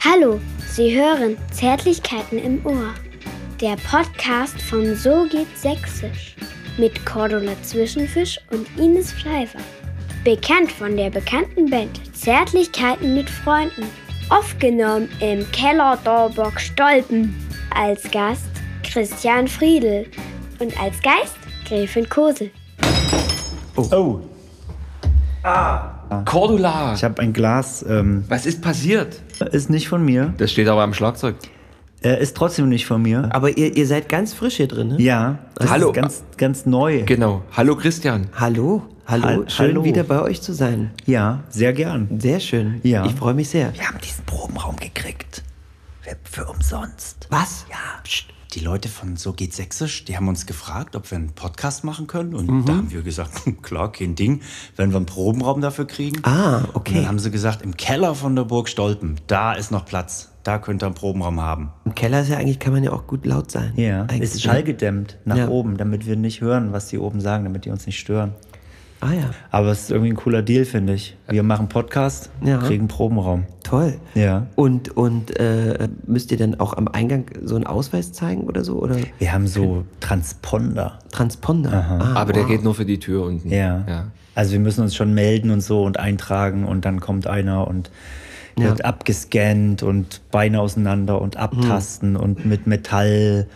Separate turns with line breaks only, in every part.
Hallo, Sie hören Zärtlichkeiten im Ohr. Der Podcast von So geht Sächsisch mit Cordula Zwischenfisch und Ines Pfeiffer. Bekannt von der bekannten Band Zärtlichkeiten mit Freunden. Aufgenommen im Keller Dorburg Stolpen. Als Gast Christian Friedel und als Geist Gräfin Kosel.
Oh,
Cordula!
ich habe ein Glas. Ähm,
Was ist passiert?
ist nicht von mir.
Das steht aber am Schlagzeug.
Äh, ist trotzdem nicht von mir.
Aber ihr, ihr seid ganz frisch hier drin, ne?
Ja, das
Hallo.
ist ganz, ganz neu.
Genau. Hallo Christian.
Hallo, hallo,
Hall-
schön
hallo.
wieder bei euch zu sein.
Ja, sehr gern.
Sehr schön.
Ja.
Ich freue mich sehr.
Wir haben diesen Probenraum gekriegt. Für, für umsonst.
Was?
Ja. Psst. Die Leute von So geht Sächsisch, die haben uns gefragt, ob wir einen Podcast machen können. Und
Mhm.
da haben wir gesagt, klar, kein Ding, wenn wir einen Probenraum dafür kriegen.
Ah, okay.
Und dann haben sie gesagt, im Keller von der Burg Stolpen, da ist noch Platz. Da könnt ihr einen Probenraum haben.
Im Keller ist ja eigentlich, kann man ja auch gut laut sein.
Ja,
Eigentlich,
ist
ne?
schallgedämmt nach
Ja.
oben, damit wir nicht hören, was die oben sagen, damit die uns nicht stören.
Ah ja,
Aber es ist irgendwie ein cooler Deal, finde ich. Wir machen Podcast,
Ja.
kriegen Probenraum.
toll.
Ja.
Und, und äh, müsst ihr dann auch am Eingang so einen Ausweis zeigen oder so? Oder
Wir haben so Transponder.
Transponder? Ah,
aber der
wow.
geht nur für die Tür unten.
Ja. Also wir müssen uns schon melden und so und eintragen und dann kommt einer und
Ja.
wird abgescannt und Beine auseinander und abtasten
Hm.
und mit Metall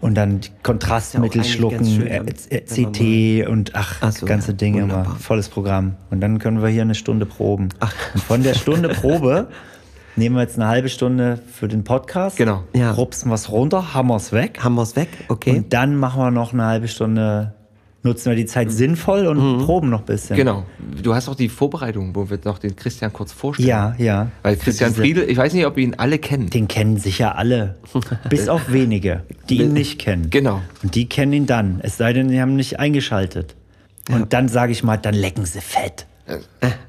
und dann Kontrastmittel
Ist ja auch eigentlich ganz
schlucken,
schön,
äh, äh,
wenn man
CT und ach,
Ach
das
so,
ganze
ja,
Ding immer.
wunderbar.
Volles Programm. Und dann können wir hier eine Stunde proben. Und von der Stunde Probe nehmen wir jetzt eine halbe Stunde für den Podcast,
Genau.
Ja.
rupsen was runter, hammer's weg.
Haben wir es weg? Okay.
Und dann machen wir noch eine halbe Stunde, nutzen wir die Zeit sinnvoll und proben noch ein bisschen.
Mhm. Genau. Du hast auch die Vorbereitung, wo wir noch den Christian kurz vorstellen.
Ja, ja.
Weil Christian
Diese-
Friedel, ich weiß nicht, ob ihn alle kennen.
Den kennen sicher alle. Bis auf wenige, die ihn nicht kennen.
Genau.
Und die kennen ihn dann. Es sei denn, sie haben nicht eingeschaltet. Und dann sage ich mal, dann lecken sie fett.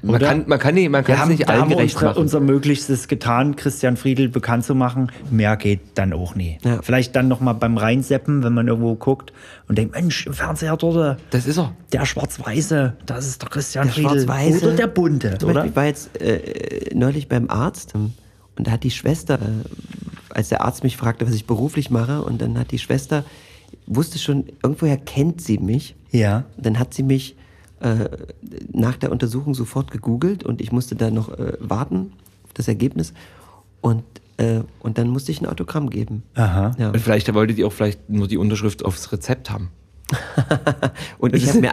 man,
oder?
kann, man kann nicht, man kann es nicht
da
allen
haben wir
gerecht
unsere,
machen.
unser Möglichstes getan, Christian Friedel bekannt zu machen. Mehr geht dann auch nie.
Ja.
Vielleicht dann nochmal beim Reinseppen, wenn man irgendwo guckt und denkt, Mensch, im Fernseher dort, äh,
das ist er.
der Schwarz-Weiße, das ist der Christian
Der
Friedel.
Schwarz-Weiße.
Oder der Bunte,
Zum
oder?
Beispiel, ich war jetzt äh, neulich beim Arzt ähm, und da hat die Schwester, äh, als der Arzt mich fragte, was ich beruflich mache, und dann hat die Schwester, wusste schon, irgendwoher kennt sie mich.
Ja.
Dann hat sie mich äh, nach der Untersuchung sofort gegoogelt und ich musste da noch äh, warten auf das Ergebnis. Und, äh, und dann musste ich ein Autogramm geben.
Aha.
Ja.
Und vielleicht wollte die auch vielleicht nur die Unterschrift aufs Rezept haben.
Und ich habe mir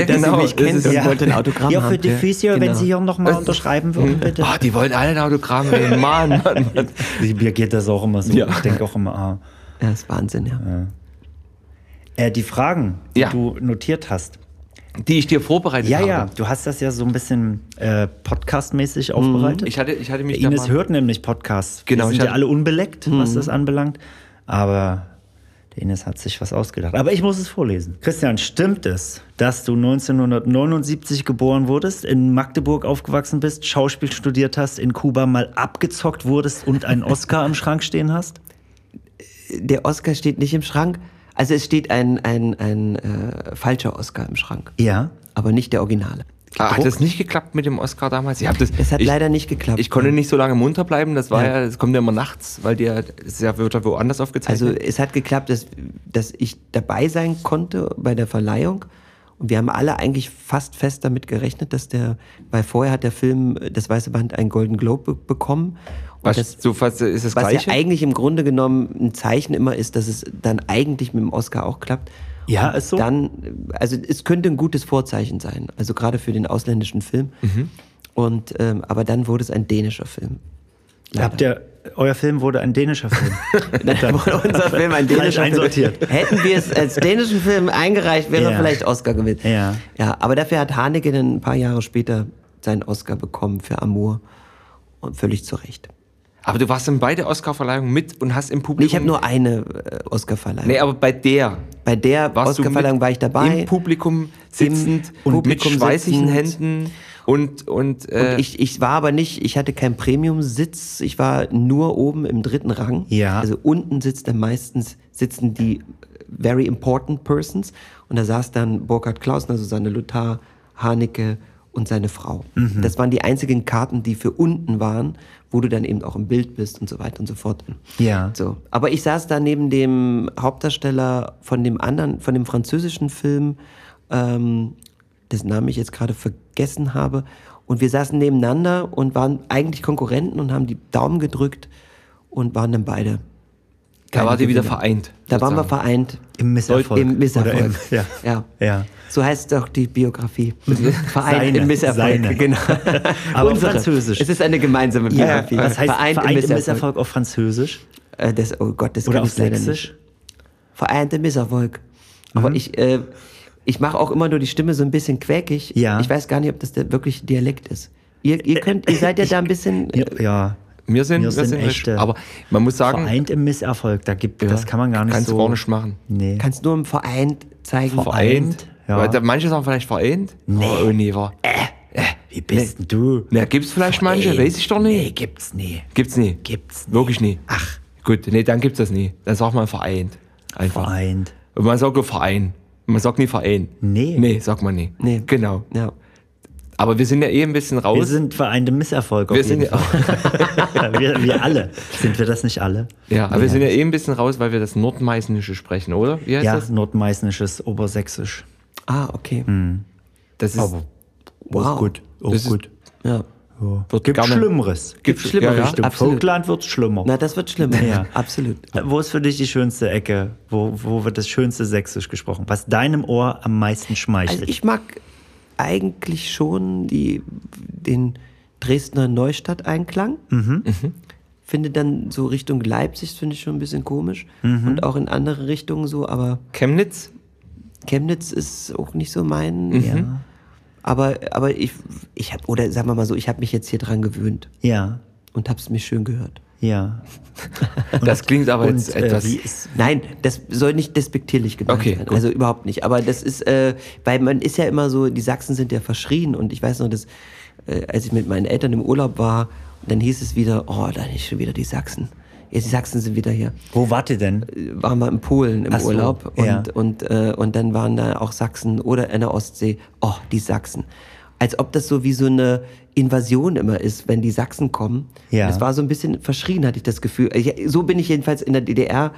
Ja, genau,
dass sie mich
das
kennt
ist-
und
ja.
wollte ein Autogramm
Ja, genau.
haben. Genau.
für die Physio, wenn Sie hier nochmal unterschreiben würden, bitte.
Ah, die wollen alle ein Autogramm nehmen. Mann, Mann, Mann.
Mir geht das auch immer so.
Ja.
Ich denke auch immer, ah.
Ja, das ist Wahnsinn, ja.
Äh, die Fragen, die
Ja.
du notiert hast.
Die ich dir vorbereitet
Ja,
habe. Mhm.
ja, du hast das ja so ein bisschen äh, podcastmäßig aufbereitet.
Ich hatte, ich hatte mich da
Ines
mal-
hört nämlich Podcasts.
Genau,
Wir
ich
sind ja
hatte- Mhm.
alle unbeleckt, was das anbelangt. Aber der Ines hat sich was ausgedacht. Aber ich muss es vorlesen. Christian, stimmt es, dass du 1979 geboren wurdest, in Magdeburg aufgewachsen bist, Schauspiel studiert hast, in Kuba mal abgezockt wurdest und einen Oscar im Schrank stehen hast?
der Oscar steht nicht im Schrank. Also es steht ein, ein, ein äh, falscher Oscar im Schrank,
Ja.
aber nicht der Originale.
Ah, hat das nicht geklappt mit dem Oscar damals? Ich hab das,
Das hat
ich,
leider nicht geklappt.
Ich konnte nicht so lange munter bleiben, das war ja, das kommt ja immer nachts, weil der ist ja wird ja woanders
also
aufgezeichnet.
es hat geklappt, dass, dass ich dabei sein konnte bei der Verleihung. Und wir haben alle eigentlich fast fest damit gerechnet, dass der, weil vorher hat der Film äh, Das Weiße Band einen Golden Globe be bekommen. Und
was,
das,
so fast ist das
was ja
gleiche.
eigentlich im Grunde genommen ein Zeichen immer ist, dass es dann eigentlich mit dem Oscar auch klappt.
Ja,
Und
ist so.
Dann, also es könnte ein gutes Vorzeichen sein, also gerade für den ausländischen Film.
Mhm.
Und ähm, aber dann wurde es ein dänischer Film.
Habt ihr, euer Film wurde ein dänischer Film.
Dann wurde unser Film ein
Falsch
dänischer
einsortiert.
Film. Hätten wir es als dänischen Film eingereicht, wäre
Ja.
er vielleicht Oscar gewesen.
Ja.
ja. Aber dafür hat Haneke dann ein paar Jahre später seinen Oscar bekommen für Amour und völlig zu Recht.
aber du warst in beide Oscar-Verleihungen mit und hast im
Nee,
Publikum.
ich habe nur eine äh, Oscarverleihung.
Mhm. Nee, aber bei der
Bei der
warst du
Oscarverleihung
mit
war ich dabei.
Im Publikum sitzend
Im
und
Publikum
mit schweißigen
sitzend.
Händen und und, äh,
Und ich, ich war aber nicht, ich hatte keinen Premium-Sitz, ich war nur oben im dritten Rang.
Ja.
Also unten sitzt dann meistens sitzen die very important persons. Und da saß dann Burkhard Klausner, Susanne Luther, also Haneke und seine Frau. Das waren die einzigen Karten, die für unten waren, wo du dann eben auch im Bild bist und so weiter und so fort.
Ja.
So. Aber ich saß da neben dem Hauptdarsteller von dem anderen, von dem französischen Film, ähm, dessen Namen ich jetzt gerade vergessen habe. Und wir saßen nebeneinander und waren eigentlich Konkurrenten und haben die Daumen gedrückt und waren dann beide.
Da
keine
wart ihr wieder
Gewinner.
vereint.
Da waren wir
sozusagen.
vereint.
Im Misserfolg.
Im Misserfolg.
Oder im- ja.
ja.
Ja.
So heißt doch die Biografie. Vereint
Seine.
im Misserfolg.
Seine.
Genau.
Aber
Unsere.
französisch.
Es ist eine gemeinsame
Ja,
Biografie.
was heißt vereint, im Misserfolg auf Französisch?
Äh, das, oh Gott, das
Oder
kann
auf
ich leider
Sächsisch?
nicht. Vereint im Misserfolg. Aber
Mhm.
ich, äh, ich mache auch immer nur die Stimme so ein bisschen quäkig.
Ja.
Ich weiß gar nicht, ob das der wirklich Dialekt ist. Ihr, ihr könnt, ihr seid ja da ein bisschen. äh,
Ja. ja.
Wir sind,
Wir
wir
sind
sind,
echte.
echte. Aber man muss sagen,
Vereint im Misserfolg, da gibt,
ja,
das kann man gar nicht
kannst
so.
du auch nicht machen.
Nee.
Kannst nur im Vereint zeigen.
Vereint.
ja. Äh,
Weil da- Manche sagen vielleicht vereint. Nee. Oh, nee, war.
Wie bist denn du?
Na, gibt's vielleicht manche, weiß ich doch
Nee,
nicht.
gibt's nie.
Gibt's nie.
Gibt's nie.
Wirklich nie. Ach. Gut, nee, dann gibt's das nie. Dann sagt man vereint. Einfach.
Vereint.
Und man sagt nur Verein. Man sagt nie Verein.
Nee.
Nee, sagt man nie.
Nee.
Genau.
Ja.
Aber wir sind ja eh ein bisschen raus.
Wir sind vereint im Misserfolg. Auf
Wir
jeden
sind ja,
Fall. wir, wir alle. Sind wir das nicht alle?
ja, aber wir sind ja eh ein bisschen raus, weil wir das Nordmeißenische sprechen, oder? Wie heißt
Ja,
das?
nordmeißnisches, obersächsisch.
Ah, okay.
Mhm.
Das ist
Aber
Wow.
auch gut. Auch
Das ist-
gut.
Ja.
wird
Gibt
gerne-
Schlimmeres. Gibt
Ja,
Schlimmeres.
ja,
Richtung
absolut.
Vogtland wird schlimmer.
Na, das wird schlimmer.
Ja.
Absolut.
wo ist für dich die schönste Ecke? Wo, wo wird das schönste Sächsisch gesprochen? Was deinem Ohr am meisten schmeichelt?
Also ich mag eigentlich schon die, den Dresdner Neustadt-Einklang.
Mhm.
Finde dann so Richtung Leipzig, finde ich schon ein bisschen komisch.
Mhm.
Und auch in andere Richtungen so, aber
Chemnitz?
Chemnitz ist auch nicht so mein.
Mhm.
Ja. Aber, aber ich, ich habe, oder sagen wir mal so, ich habe mich jetzt hier dran gewöhnt
ja,
und habe es mir schön gehört.
ja.
das klingt aber jetzt
äh,
etwas.
wie ist,
Nein, das soll nicht despektierlich gemeint
Okay,
werden.
gut.
Also überhaupt nicht. Aber das ist, äh, weil man ist ja immer so, die Sachsen sind ja verschrien und ich weiß noch, dass äh, als ich mit meinen Eltern im Urlaub war, dann hieß es wieder, oh, da ist schon wieder die Sachsen. Jetzt die Sachsen sind wieder hier.
wo wart ihr denn?
Äh, Waren wir in Polen im
Ach so,
Urlaub und,
ja.
und, äh, und dann waren da auch Sachsen oder in der Ostsee, oh, die Sachsen. Als ob das so wie so eine Invasion immer ist, wenn die Sachsen kommen.
Ja.
Das war so ein bisschen verschrien, hatte ich das Gefühl. Ich, so bin ich jedenfalls in der DDR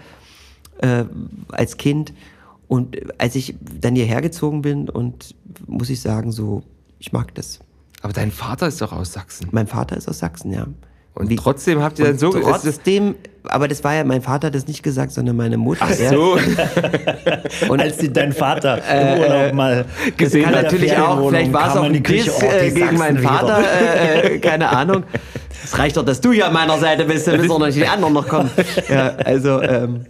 äh, als Kind. Und äh, als ich dann hierher gezogen bin und muss ich sagen, so, ich mag das.
Aber dein Vater ist doch aus Sachsen.
Mein Vater ist aus Sachsen, ja.
Und trotzdem habt ihr dann so.
und
ist das-
trotzdem, aber das war ja, mein Vater hat das nicht gesagt, sondern meine Mutter.
Ach so.
Und
Als die dein Vater im Urlaub mal
das
in
kann
der
natürlich
Ferienwohnung
auch, vielleicht war es
kam
auch
in die
ein
Küche,
Diss
oh, die
äh, gegen
Sachsen
meinen
wieder.
Vater, äh, äh, keine Ahnung. Es reicht doch, dass du hier an meiner Seite bist, dann müssen doch nicht die anderen noch kommen. Ja, also, ähm,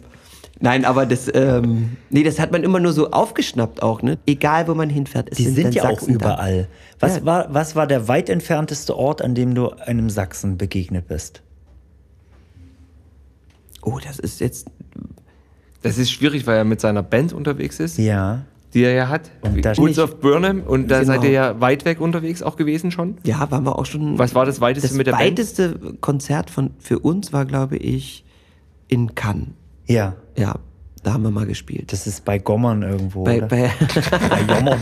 nein, aber das, ähm, nee, das hat man immer nur so aufgeschnappt auch, ne? Egal, wo man hinfährt. Es
Die sind,
dann
ja auch
Sachsen da.
überall. Was,
Ja.
war, was war der weit entfernteste Ort, an dem du einem Sachsen begegnet bist?
Oh, das ist jetzt.
Das ist schwierig, weil er mit seiner Band unterwegs ist,
Ja.
die er ja hat.
Und da-
Woods of Burnham. Und da
Genau.
seid ihr ja weit weg unterwegs auch gewesen schon.
Ja, waren wir auch schon.
Was war das weiteste
das
mit der Band?
weiteste Konzert von, für uns war, glaube ich, in Cannes.
Ja.
Ja, da haben wir mal gespielt.
Das ist bei Gommern irgendwo.
bei,
oder?
bei,
bei Gommern.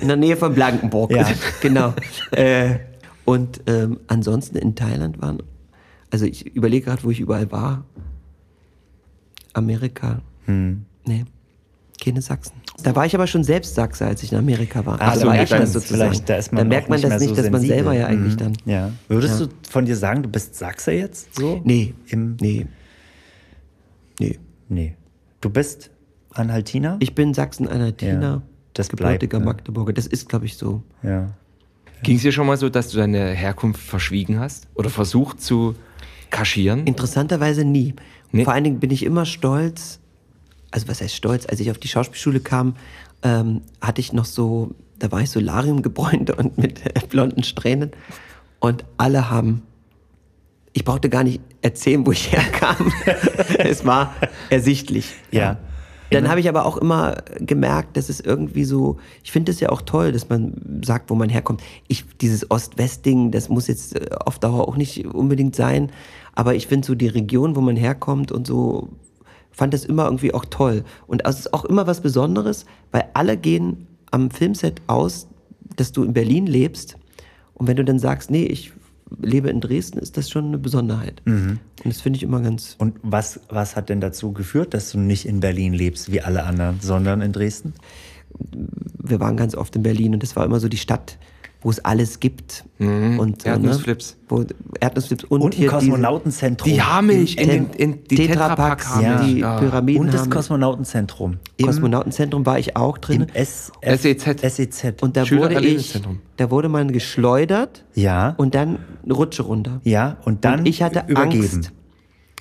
in der Nähe von Blankenburg.
Ja.
genau. Äh, und ähm, ansonsten in Thailand waren. Also ich überlege gerade, wo ich überall war. Amerika.
Hm.
Nee. Keine Sachsen. Da war ich aber schon selbst Sachse, als ich in Amerika war.
Ach
Also
so,
war
ja,
ich das
dann
sozusagen.
vielleicht, da ist man
dann merkt
auch
man
nicht
das
mehr
nicht,
so
dass man
sensibel.
selber ja eigentlich
Mhm.
dann.
Ja. Würdest
Ja.
du von dir sagen, du bist Sachse jetzt? So?
Nee.
Im-
nee. Nee.
Nee. Du bist Anhaltiner?
Ich bin Sachsen-Anhaltiner,
Ja, das
gebürtiger
bleibt, ne?
Magdeburger. Das ist, glaube ich, so.
ja.
Ging es dir schon mal so, dass du deine Herkunft verschwiegen hast oder versucht zu kaschieren?
Interessanterweise nie.
Mhm. Nee.
Vor allen Dingen bin ich immer stolz, also was heißt stolz, als ich auf die Schauspielschule kam, ähm, hatte ich noch so, da war ich solariumgebräunt und mit äh, blonden Strähnen und alle haben, ich brauchte gar nicht erzählen, wo ich herkam. es war ersichtlich.
Ja.
Dann habe ich aber auch immer gemerkt, dass es irgendwie so, ich finde es ja auch toll, dass man sagt, wo man herkommt. Ich, dieses Ost-West-Ding, das muss jetzt äh, auf Dauer auch nicht unbedingt sein. Aber ich finde so die Region, wo man herkommt und so, fand das immer irgendwie auch toll. Und es ist auch immer was Besonderes, weil alle gehen am Filmset aus dass du in Berlin lebst und wenn du dann sagst, nee, ich lebe in Dresden, ist das schon eine Besonderheit. Und das finde ich immer ganz.
Und was, was hat denn dazu geführt, dass du nicht in Berlin lebst wie alle anderen, sondern in Dresden?
Wir waren ganz oft in Berlin und das war immer so die Stadt, wo es alles gibt. Und, äh, ne,
Erdnussflips.
Wo, Erdnussflips und,
Und ein
hier
Kosmonautenzentrum.
Die Haarmilch Oh, in, den,
Diese,
in die Ah.
Tetrapacks,
Tetrapacks
Haarmilch.
die
Ja.
Pyramiden.
und das
haben.
Kosmonautenzentrum. Im-
Kosmonautenzentrum war ich auch drin.
Im E SF,
SEZ.
SEZ.
Und da wurde, ich,
Schülererlebniszentrum.
da wurde man geschleudert
ja,
und dann eine Rutsche runter.
ja, und dann
und ich hatte
übergeben.
Angst.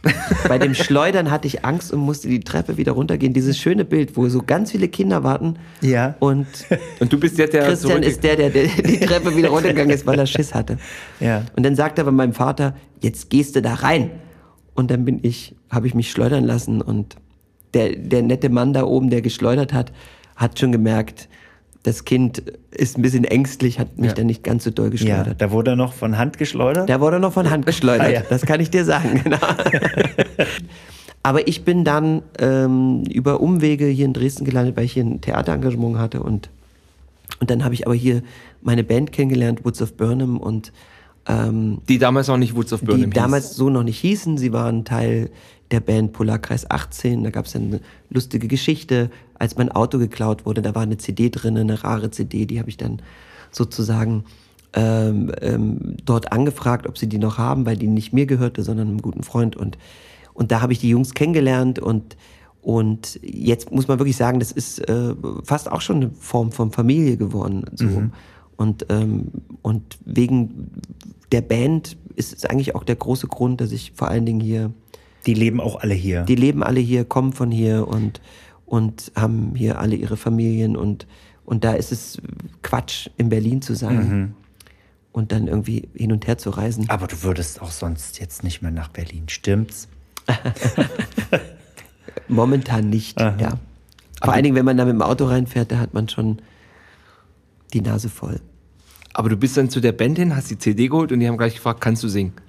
Bei dem Schleudern hatte ich Angst und musste die Treppe wieder runtergehen. Dieses schöne Bild, wo so ganz viele Kinder warten.
Ja.
Und
Und du bist jetzt der
Christian ist der, der, der die Treppe wieder runtergegangen ist, weil er Schiss hatte.
Ja.
Und dann sagte aber mein Vater, jetzt gehst du da rein. Und dann bin ich, habe ich mich schleudern lassen und der, der nette Mann da oben, der geschleudert hat, hat schon gemerkt, das Kind ist ein bisschen ängstlich, hat mich
Ja.
dann nicht ganz so doll
Ja,
geschleudert.
da wurde er noch von Hand geschleudert.
Da wurde er noch von Hand geschleudert.
Ah, ja.
Das kann ich dir sagen, genau. Aber ich bin dann ähm, über Umwege hier in Dresden gelandet, weil ich hier ein Theaterengagement hatte und, und dann habe ich aber hier meine Band kennengelernt, Woods of Burnham und ähm,
die damals noch nicht Woods of Burnham
die
hieß.
damals so noch nicht hießen. Sie waren Teil der Band Polarkreis 18. Da gab es eine lustige Geschichte, als mein Auto geklaut wurde. Da war eine CD drin, eine rare CD. Die habe ich dann sozusagen ähm, ähm, dort angefragt, ob sie die noch haben, weil die nicht mir gehörte, sondern einem guten Freund. Und, und da habe ich die Jungs kennengelernt und und jetzt muss man wirklich sagen, das ist äh, fast auch schon eine Form von Familie geworden. So. Und, ähm, und wegen der Band ist es eigentlich auch der große Grund, dass ich vor allen Dingen hier,
Die leben auch alle hier.
die leben alle hier, kommen von hier und, und haben hier alle ihre Familien und, und da ist es Quatsch, in Berlin zu sein und dann irgendwie hin und her zu reisen.
Aber du würdest auch sonst jetzt nicht mehr nach Berlin, stimmt's?
Momentan nicht, ja. Vor allen Dingen, wenn man da mit dem Auto reinfährt, da hat man schon die Nase voll.
Aber du bist dann zu der Band hin, hast die CD geholt und die haben gleich gefragt, kannst du singen?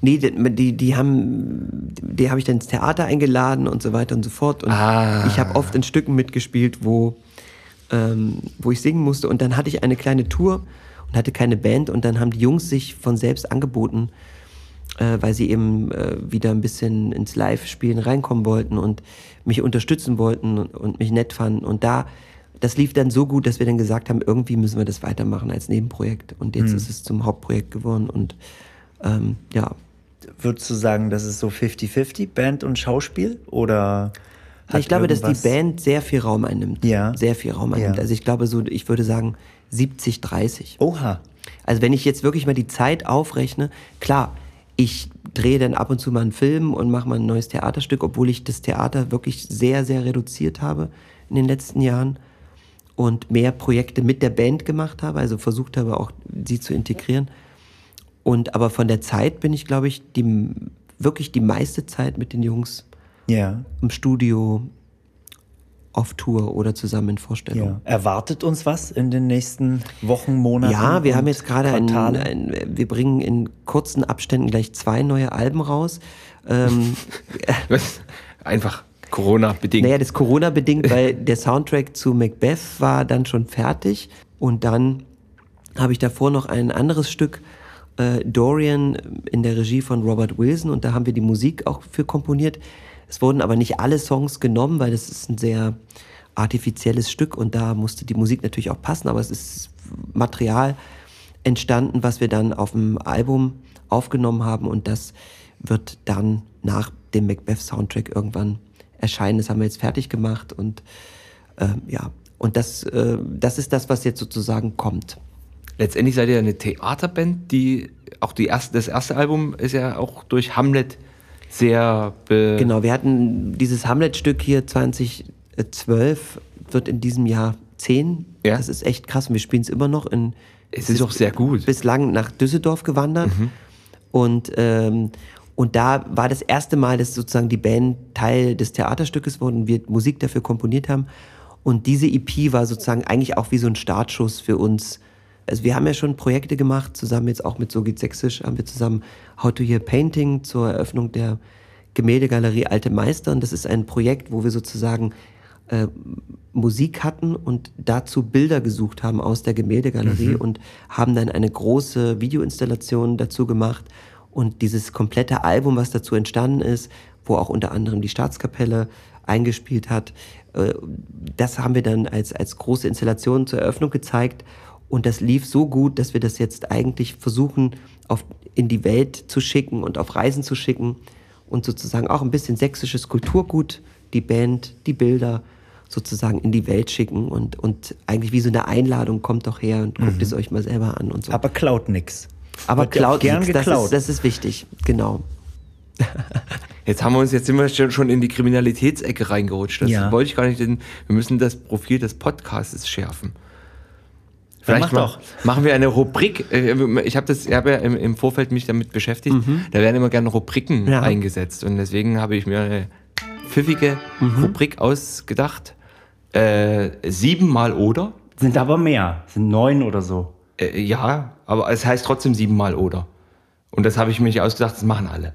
Nee, die, die, die haben, die habe ich dann ins Theater eingeladen und so weiter und so fort. Und
Ah.
ich habe oft in Stücken mitgespielt, wo, ähm, wo ich singen musste. Und dann hatte ich eine kleine Tour und hatte keine Band. Und dann haben die Jungs sich von selbst angeboten, äh, weil sie eben äh, wieder ein bisschen ins Live-Spielen reinkommen wollten und mich unterstützen wollten und, und mich nett fanden. Und da, das lief dann so gut, dass wir dann gesagt haben, irgendwie müssen wir das weitermachen als Nebenprojekt. Und jetzt ist es zum Hauptprojekt geworden. Und ähm, ja,
Würdest du sagen, das ist so 50-50, Band und Schauspiel? Oder
Ja, ich
hat
glaube, dass die
irgendwas-
Band sehr viel Raum einnimmt.
Ja.
Sehr viel Raum einnimmt.
Ja. Oh.
Also ich glaube so, ich würde sagen 70, 30.
Oha.
Also wenn ich jetzt wirklich mal die Zeit aufrechne, klar, ich drehe dann ab und zu mal einen Film und mache mal ein neues Theaterstück, obwohl ich das Theater wirklich sehr, sehr reduziert habe in den letzten Jahren und mehr Projekte mit der Band gemacht habe, also versucht habe auch sie zu integrieren. Und aber von der Zeit bin ich, glaube ich, die, wirklich die meiste Zeit mit den Jungs
Ja,
im Studio, auf Tour oder zusammen in
ja.
Vorstellungen.
Erwartet uns was in den nächsten Wochen,
Ja,
Monaten?
wir
und
haben jetzt gerade ein,
Quartale?
ein, wir bringen in kurzen Abständen gleich zwei neue Alben raus. Ähm,
Was? Einfach Corona-bedingt.
naja, das ist Corona bedingt, weil der Soundtrack zu Macbeth war dann schon fertig und dann habe ich davor noch ein anderes Stück äh, Dorian in der Regie von Robert Wilson und da haben wir die Musik auch für komponiert. Es wurden aber nicht alle Songs genommen, weil das ist ein sehr artifizielles Stück und da musste die Musik natürlich auch passen, aber es ist Material entstanden, was wir dann auf dem Album aufgenommen haben und das wird dann nach dem Macbeth Soundtrack irgendwann erscheinen. Das haben wir jetzt fertig gemacht und ähm, ja, und das, äh, das ist das, was jetzt sozusagen kommt.
Letztendlich seid ihr eine Theaterband, die auch die erste, das erste Album ist ja auch durch Hamlet sehr be
Genau, wir hatten dieses Hamlet-Stück hier 2012, wird in diesem Jahr 10.
Ja.
Das ist echt krass und wir spielen es immer noch in.
Es ist auch sehr gut. Mhm.
Bislang nach Düsseldorf gewandert. Und, ähm, und da war das erste Mal, dass sozusagen die Band Teil des Theaterstückes wurde und wir Musik dafür komponiert haben. Und diese EP war sozusagen eigentlich auch wie so ein Startschuss für uns. Also wir haben ja schon Projekte gemacht, zusammen jetzt auch mit So geht Sächsisch, haben wir zusammen How to Hear Painting zur Eröffnung der Gemäldegalerie Alte Meister. Und das ist ein Projekt, wo wir sozusagen äh, Musik hatten und dazu Bilder gesucht haben aus der Gemäldegalerie und haben dann eine große Videoinstallation dazu gemacht. Und dieses komplette Album, was dazu entstanden ist, wo auch unter anderem die Staatskapelle eingespielt hat, äh, das haben wir dann als, als große Installation zur Eröffnung gezeigt. Und das lief so gut, dass wir das jetzt eigentlich versuchen, auf, in die Welt zu schicken und auf Reisen zu schicken und sozusagen auch ein bisschen sächsisches Kulturgut, die Band, die Bilder sozusagen in die Welt schicken und, und eigentlich wie so eine Einladung, kommt doch her und guckt es euch mal selber an und so.
Aber klaut nix.
Aber
Wird ja auch
klaut
gern
nichts, das
geklaut.
ist, das ist wichtig, genau.
Jetzt haben wir uns, jetzt sind wir schon- schon in die Kriminalitätsecke reingerutscht. Das
Ja.
wollte ich gar nicht, denn wir müssen das Profil des Podcasts schärfen. Vielleicht
mach
ma-
doch.
machen wir eine Rubrik. Äh, Ich habe hab ja im, im Vorfeld mich damit beschäftigt.
Mhm.
Da werden immer gerne Rubriken
Ja.
eingesetzt. Und deswegen habe ich mir eine pfiffige
Mhm.
Rubrik ausgedacht. Äh, siebenmal oder?
Sind aber mehr. Sind neun oder so.
Äh, ja, aber es heißt trotzdem siebenmal oder. Und das habe ich mir nicht ausgedacht, das machen alle.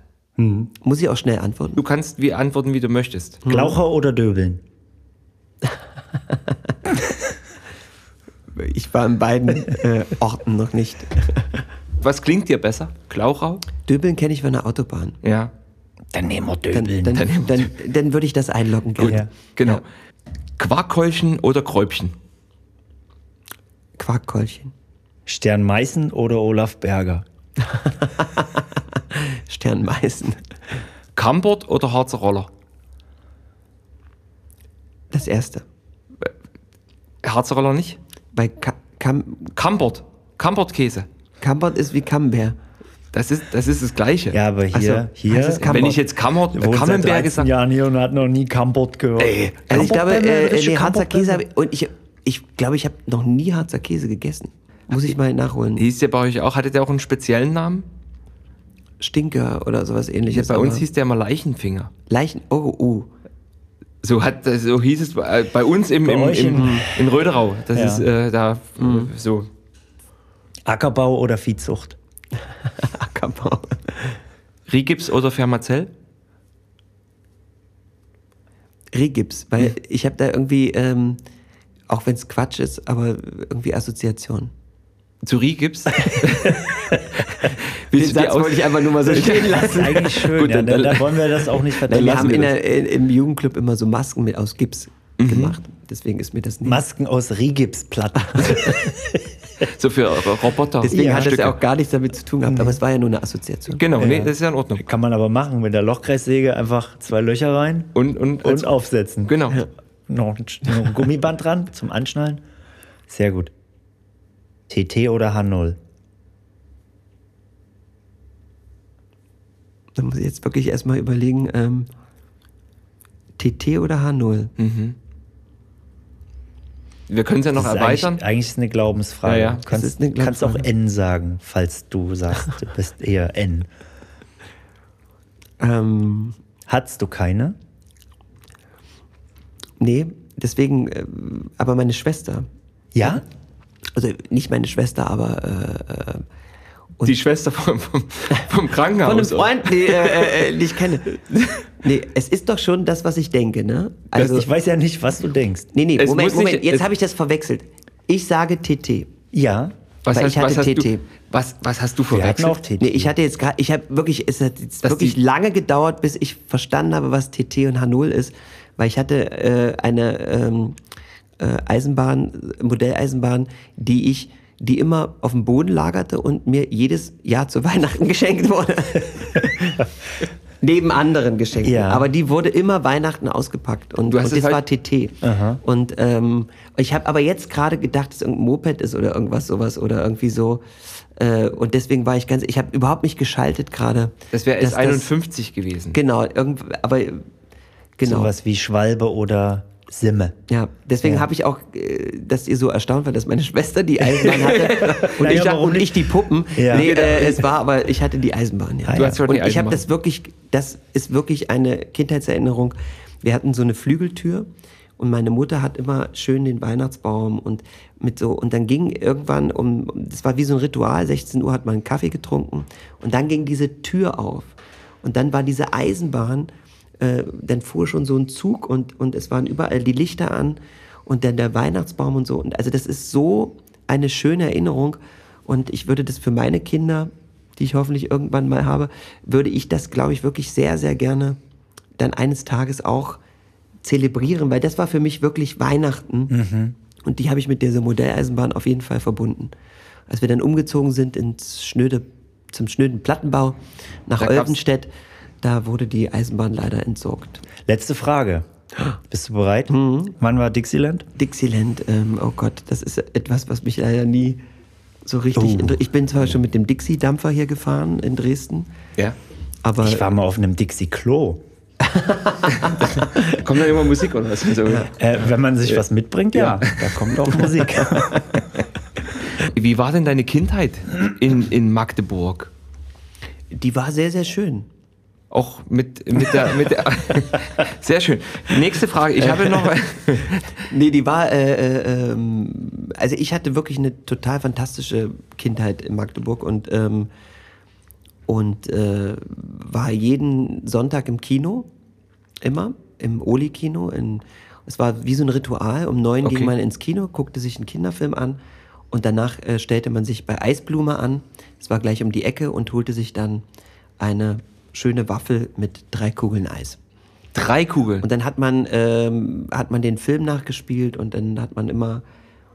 Muss ich auch schnell antworten?
Du kannst wie antworten, wie du möchtest.
Glaucher oder Döbeln?
Ich war in beiden äh, Orten noch nicht.
Was klingt dir besser? Klauchau?
Döbeln kenne ich von der Autobahn.
Ja,
Dann nehmen wir
Dann,
Döbeln.
dann, dann, dann, würde ich das einloggen. Gut.
Ja.
genau. Quarkhäulchen oder Kräubchen?
Quarkkeulchen,
Stern Meißen oder Olaf Berger?
Sternmeißen.
Kambord oder Harzer Roller?
Das erste.
Harzer Roller nicht?
Bei Ka Kam
Kambord. Kambordkäse.
Kambert ist wie Camembert.
Das ist, das ist das Gleiche.
Ja, aber
Ach so.
hier,
Ah, das
hier.
ist Kam-
Wenn
Kambord.
ich jetzt Kambord,
wohnt seit
Kammenberg
13
gesagt
Jahren hier und hat noch nie Kampot gehört.
Ey,
Also ich glaube,
Kampot, wenn man
äh,
richtig
nee, Harzer
Kampot
Käse
benutzt.
hab ich, und ich ich glaube, ich habe noch nie Harzer Käse gegessen. Muss ich mal nachholen.
hieß der bei euch auch, hatte der auch einen speziellen Namen?
Stinker oder sowas ähnliches.
bei uns
aber
hieß der immer Leichenfinger.
Leichen. Oh, oh.
So, hat, so hieß es bei, bei uns im,
Bei
im,
euch
im,
in-
in Röderau. Das
Ja. Mhm.
ist äh, da äh, so.
Ackerbau oder Viehzucht?
Ackerbau.
Rigips oder Fermazell?
Regips, weil ich habe da irgendwie, ähm, auch wenn es Quatsch ist, aber irgendwie Assoziation.
Zu Rigips? Willst
Den Satz wollte ich einfach nur mal so stehen
Das ist
lassen.
eigentlich schön.
Gut,
ja,
dann-
dann,
dann-
dann wollen wir das auch nicht
Nein,
vertellen.
wir haben
Lassen
in
wir
der, in, im Jugendclub immer so Masken mit aus Gips gemacht. Deswegen ist mir das
das.
nicht.
Masken aus Rigipsplatten.
So für Roboter.
Deswegen
Ja,
hat das ja
Stücke.
auch gar nichts damit zu tun gehabt. Aber es war ja nur eine Assoziation.
Genau, nee, das ist ja in Ordnung.
Kann man aber machen, mit der Lochkreissäge einfach zwei Löcher rein
Und, und,
und aufsetzen.
Genau.
Noch ein, noch ein Gummiband dran zum Anschnallen. Sehr gut. TT oder H0?
Da muss ich jetzt wirklich erstmal überlegen, ähm, TT oder H0?
Wir können es ja noch
Das ist
erweitern.
Eigentlich, eigentlich ist es eine Glaubensfrage.
Ja, ja,
Du
das
kannst,
ist eine
kannst auch
Glaubensfrage.
N sagen, falls du sagst, du bist eher N.
Ähm,
Hattest du keine?
nee, deswegen, ähm, aber meine Schwester,
Ja?
also nicht meine Schwester, aber äh, äh,
Die Schwester vom, vom, vom Krankenhaus.
von einem Freund, nee, äh, äh, äh, die ich kenne. Nee, es ist doch schon das, was ich denke, ne? Also,
ich weiß ja nicht, was du denkst.
nee, nee,
Es
Moment,
muss nicht-
Moment,
es-
jetzt habe ich das verwechselt. Ich sage TT.
Ja.
Was,
weil
hast,
ich hatte
was, hast
TT.
du, was, was hast du
Wir hatten
verwechselt?
auch TT.
Nee, ich hatte jetzt gerade, ich habe wirklich, es hat jetzt
Dass
wirklich
die-
lange gedauert, bis ich verstanden habe, was TT und H0 ist, weil ich hatte äh, eine ähm, äh, Eisenbahn, Modelleisenbahn, die ich, die immer auf dem Boden lagerte und mir jedes Jahr zu Weihnachten geschenkt wurde. Neben anderen Geschenken.
Ja.
Aber die wurde immer Weihnachten ausgepackt. Und,
Du hast
und
es
das
halt-
war TT. Und ähm, ich habe aber jetzt gerade gedacht, dass irgendein Moped ist oder irgendwas sowas oder irgendwie so. Äh, und deswegen war ich ganz, ich habe überhaupt nicht geschaltet gerade.
Das wäre
dass
S51 gewesen.
Genau, irgend, aber äh, genau.
Sowas wie Schwalbe oder Simme.
Ja, deswegen
Ja.
habe ich auch, äh, dass ihr so erstaunt wart, dass meine Schwester die Eisenbahn hatte und,
Naja,
ich, da-
warum
und ich die Puppen.
Ja.
Nee, äh, es war aber, ich hatte die Eisenbahn, ja.
Du hast ja auch
und
die
ich habe
Eisenbahn.
das wirklich, das ist wirklich eine Kindheitserinnerung. Wir hatten so eine Flügeltür und meine Mutter hat immer schön den Weihnachtsbaum und mit so, und dann ging irgendwann um, das war wie so ein Ritual, 16 Uhr hat man einen Kaffee getrunken und dann ging diese Tür auf und dann war diese Eisenbahn äh, dann fuhr schon so ein Zug und, und es waren überall die Lichter an und dann der Weihnachtsbaum und so. Und also das ist so eine schöne Erinnerung und ich würde das für meine Kinder, die ich hoffentlich irgendwann mal habe, würde ich das, glaube ich, wirklich sehr, sehr gerne dann eines Tages auch zelebrieren, weil das war für mich wirklich Weihnachten. Und die habe ich mit dieser Modelleisenbahn auf jeden Fall verbunden. Als wir dann umgezogen sind ins schnöde, zum schnöden Plattenbau nach
Da gab's-
Oldenstedt, da wurde die Eisenbahn leider entsorgt.
Letzte Frage. Bist du bereit? Wann war Dixieland?
Dixieland, ähm, oh Gott, das ist etwas, was mich leider nie so richtig.
Oh.
inter- Ich bin zwar schon mit dem Dixie-Dampfer hier gefahren in Dresden,
Ja.
aber
Ich war mal auf einem Dixie-Klo.
Kommt da immer Musik oder was? Also,
Äh, wenn man sich was mitbringt, ja, da kommt auch Musik.
Wie war denn deine Kindheit in, in Magdeburg?
die war sehr, sehr schön.
Auch mit, mit der. Mit der Sehr schön. Nächste Frage. Ich habe noch.
Nee, die war, äh, äh, ähm, also ich hatte wirklich eine total fantastische Kindheit in Magdeburg und, ähm, und äh, war jeden Sonntag im Kino, immer, im Oli-Kino. in- Es war wie so ein Ritual, um neun
Okay.
ging man ins Kino, guckte sich einen Kinderfilm an und danach äh, stellte man sich bei Eisblume an, es war gleich um die Ecke und holte sich dann eine schöne Waffel mit drei Kugeln Eis.
Drei Kugeln.
Und dann hat man, ähm, hat man den Film nachgespielt und dann hat man immer.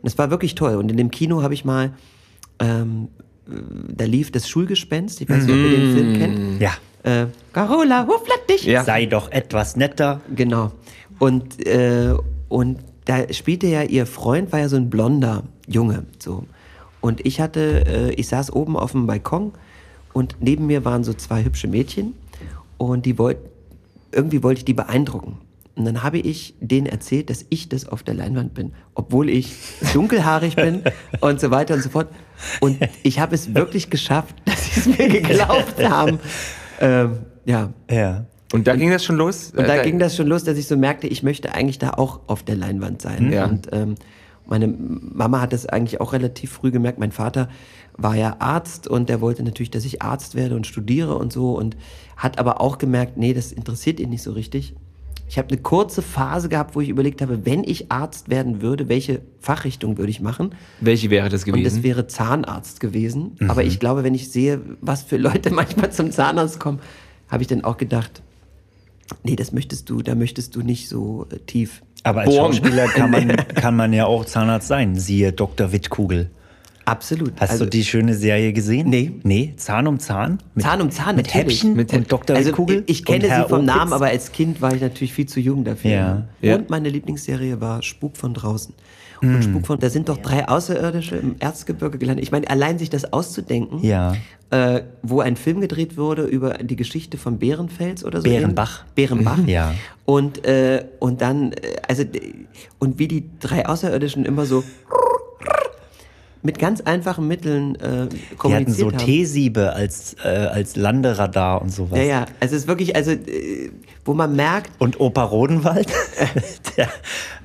Und es war wirklich toll. Und in dem Kino habe ich mal, ähm, äh, da lief das Schulgespenst, ich weiß nicht, ob ihr den Film kennt.
ja,
Äh, Carola, huflat dich!
Ja.
sei doch etwas netter.
Genau. Und, äh, und da spielte ja ihr Freund, war ja so ein blonder Junge. So. Und ich hatte, äh, ich saß oben auf dem Balkon und neben mir waren so zwei hübsche Mädchen und die wollten, irgendwie wollte ich die beeindrucken. Und dann habe ich denen erzählt, dass ich das auf der Leinwand bin, obwohl ich dunkelhaarig bin und so weiter und so fort. Und ich habe es wirklich geschafft, dass sie es mir geglaubt haben. Ähm, ja,
Ja.
Und Äh, da ging das schon los?
und da ging das schon los, dass ich so merkte, ich möchte eigentlich da auch auf der Leinwand sein.
Ja.
Und ähm, meine Mama hat das eigentlich auch relativ früh gemerkt. Mein Vater war ja Arzt und der wollte natürlich, dass ich Arzt werde und studiere und so und hat aber auch gemerkt, nee, das interessiert ihn nicht so richtig. Ich habe eine kurze Phase gehabt, wo ich überlegt habe, wenn ich Arzt werden würde, welche Fachrichtung würde ich machen?
Welche wäre das
Und
gewesen?
das wäre Zahnarzt gewesen. Aber
Mhm.
ich glaube, wenn ich sehe, was für Leute manchmal zum Zahnarzt kommen, habe ich dann auch gedacht, nee, das möchtest du, da möchtest du nicht so äh, tief.
Aber als
Bohren.
Schauspieler kann man, kann man ja auch Zahnarzt sein. Siehe Dr. Wittkugel.
Absolut. Also
Hast du die schöne Serie gesehen?
Nee.
Also- Nee, Zahn um Zahn? Mit,
Zahn um Zahn,
mit
natürlich.
Häppchen
Mit Häpp-
und Dr.
also,
Wittkugel?
ich, ich
und
kenne
Herr
sie vom
Opitz?
Namen, aber als Kind war ich natürlich viel zu jung dafür. ne?
Ja.
Ja.
Und meine Lieblingsserie war Spuk von draußen. Und
Hm.
Spuk von, da sind doch drei Außerirdische im Erzgebirge gelandet. Ich meine, allein sich das auszudenken,
Ja.
äh, wo ein Film gedreht wurde über die Geschichte von Bärenfels oder so.
Bärenbach.
ähnlich. Bärenbach.
Ja.
Und, äh, und dann, äh, also, d- und wie die drei Außerirdischen immer so mit ganz einfachen Mitteln äh,
Die hatten
kommuniziert
so
haben.
T-Siebe als, äh, als Landeradar und sowas.
Ja, ja, also es ist wirklich, also, äh, wo man merkt,
Und Opa Rodenwald, der,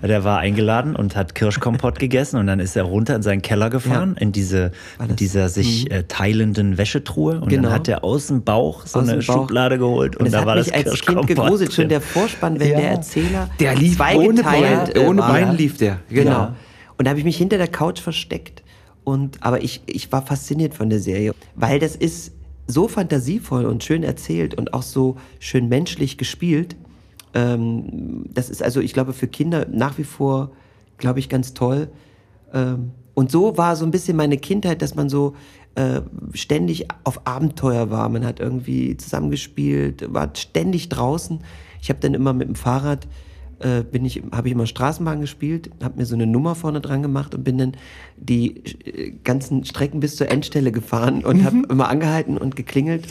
der war eingeladen und hat Kirschkompott gegessen und dann ist er runter in seinen Keller gefahren, in diese, in dieser sich äh, teilenden Wäschetruhe und
Mhm. Genau.
dann hat er aus dem Bauch so
Aus
eine
dem Bauch.
Schublade geholt und,
Und, das
da
hat
war
mich
das
als Kind
Kirschkompott.
gegruselt, schon
drin.
der Vorspann, wenn
Ja.
der Erzähler
Der lief ohne Bein,
zweigeteilt, äh,
ohne
war.
Bein lief der.
Genau.
Ja.
Und da habe ich mich hinter der Couch versteckt. Und, aber ich, ich war fasziniert von der Serie, weil das ist so fantasievoll und schön erzählt und auch so schön menschlich gespielt. Ähm, das ist also, ich glaube, für Kinder nach wie vor, glaube ich, ganz toll. Ähm, und so war so ein bisschen meine Kindheit, dass man so äh, ständig auf Abenteuer war. Man hat irgendwie zusammengespielt, war ständig draußen. Ich habe dann immer mit dem Fahrrad, äh, bin ich, habe ich immer Straßenbahn gespielt, habe mir so eine Nummer vorne dran gemacht und bin dann die äh, ganzen Strecken bis zur Endstelle gefahren und habe immer angehalten und geklingelt.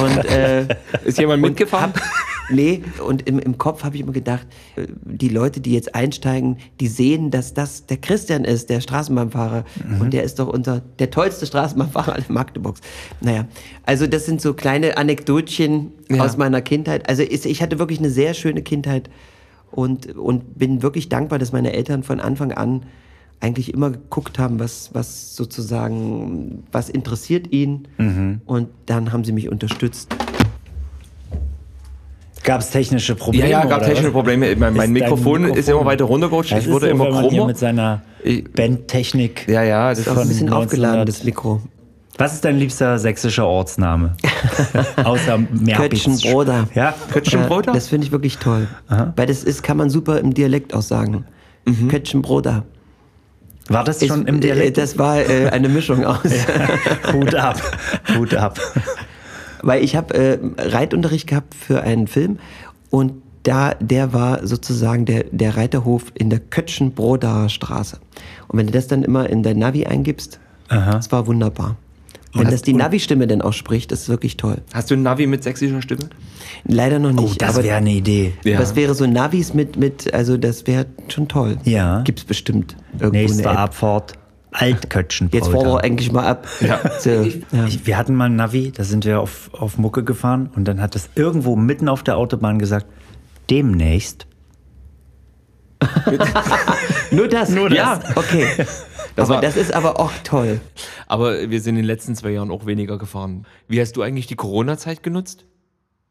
Und äh,
Ist jemand mitgefahren?
hab- Nee, und im, im Kopf habe ich immer gedacht, äh, die Leute, die jetzt einsteigen, die sehen, dass das der Christian ist, der Straßenbahnfahrer. Und der ist doch unser, der tollste Straßenbahnfahrer in Magdeburgs. Naja, also das sind so kleine Anekdotchen
Ja.
aus meiner Kindheit. Also ist, ich hatte wirklich eine sehr schöne Kindheit und, und bin wirklich dankbar, dass meine Eltern von Anfang an eigentlich immer geguckt haben, was, was sozusagen, was interessiert ihn. Und dann haben sie mich unterstützt.
Gab es technische
Ja,
Probleme?
ja, gab
oder
technische
was?
Probleme. Mein, mein
Ist dein
Mikrofon, ist immer weiter runtergerutscht.
Das
Ich
ist
wurde
so,
immer
wenn man hier
krummer.
mit seiner
Ich-
Bandtechnik.
Ja, ja, das
Ist auch ein
Von
ist,
bisschen
1900
aufgeladen, das Mikro.
Was ist dein liebster sächsischer Ortsname? Außer Merpitz.
Kötschenbroda.
Ja,
Kötschenbroda?
äh, Das finde ich wirklich toll. Weil das ist, kann man super im Dialekt auch sagen. Kötschenbroda.
war das
Ist-
schon im
äh,
Dialekt?
Das war äh, eine Mischung aus.
Hut ab, Hut ab.
Weil ich habe äh, Reitunterricht gehabt für einen Film und da, der war sozusagen der, der Reiterhof in der Kötschenbrodaer Straße. Und wenn du das dann immer in dein Navi eingibst, das war wunderbar. Wenn das die Navi-Stimme dann auch spricht, ist wirklich toll.
hast du ein Navi mit sächsischer Stimme?
Leider noch
Oh,
nicht.
das
aber
wäre eine Idee.
Ja.
das wäre so Navis mit, mit also das wäre schon toll.
Ja.
Gibt's bestimmt irgendwo
Nächste
eine App.
Abfahrt, Altkötschenbroda.
Jetzt fordere eigentlich mal ab. Ja. So, ja.
Ich, wir hatten mal ein Navi, da sind wir auf, auf Mucke gefahren und dann hat es irgendwo mitten auf der Autobahn gesagt, demnächst.
Nur das. Nur
das.
Ja, okay.
Das
aber
war-
das ist aber auch toll.
Aber wir sind in den letzten zwei Jahren auch weniger gefahren. Wie hast du eigentlich die Corona-Zeit genutzt?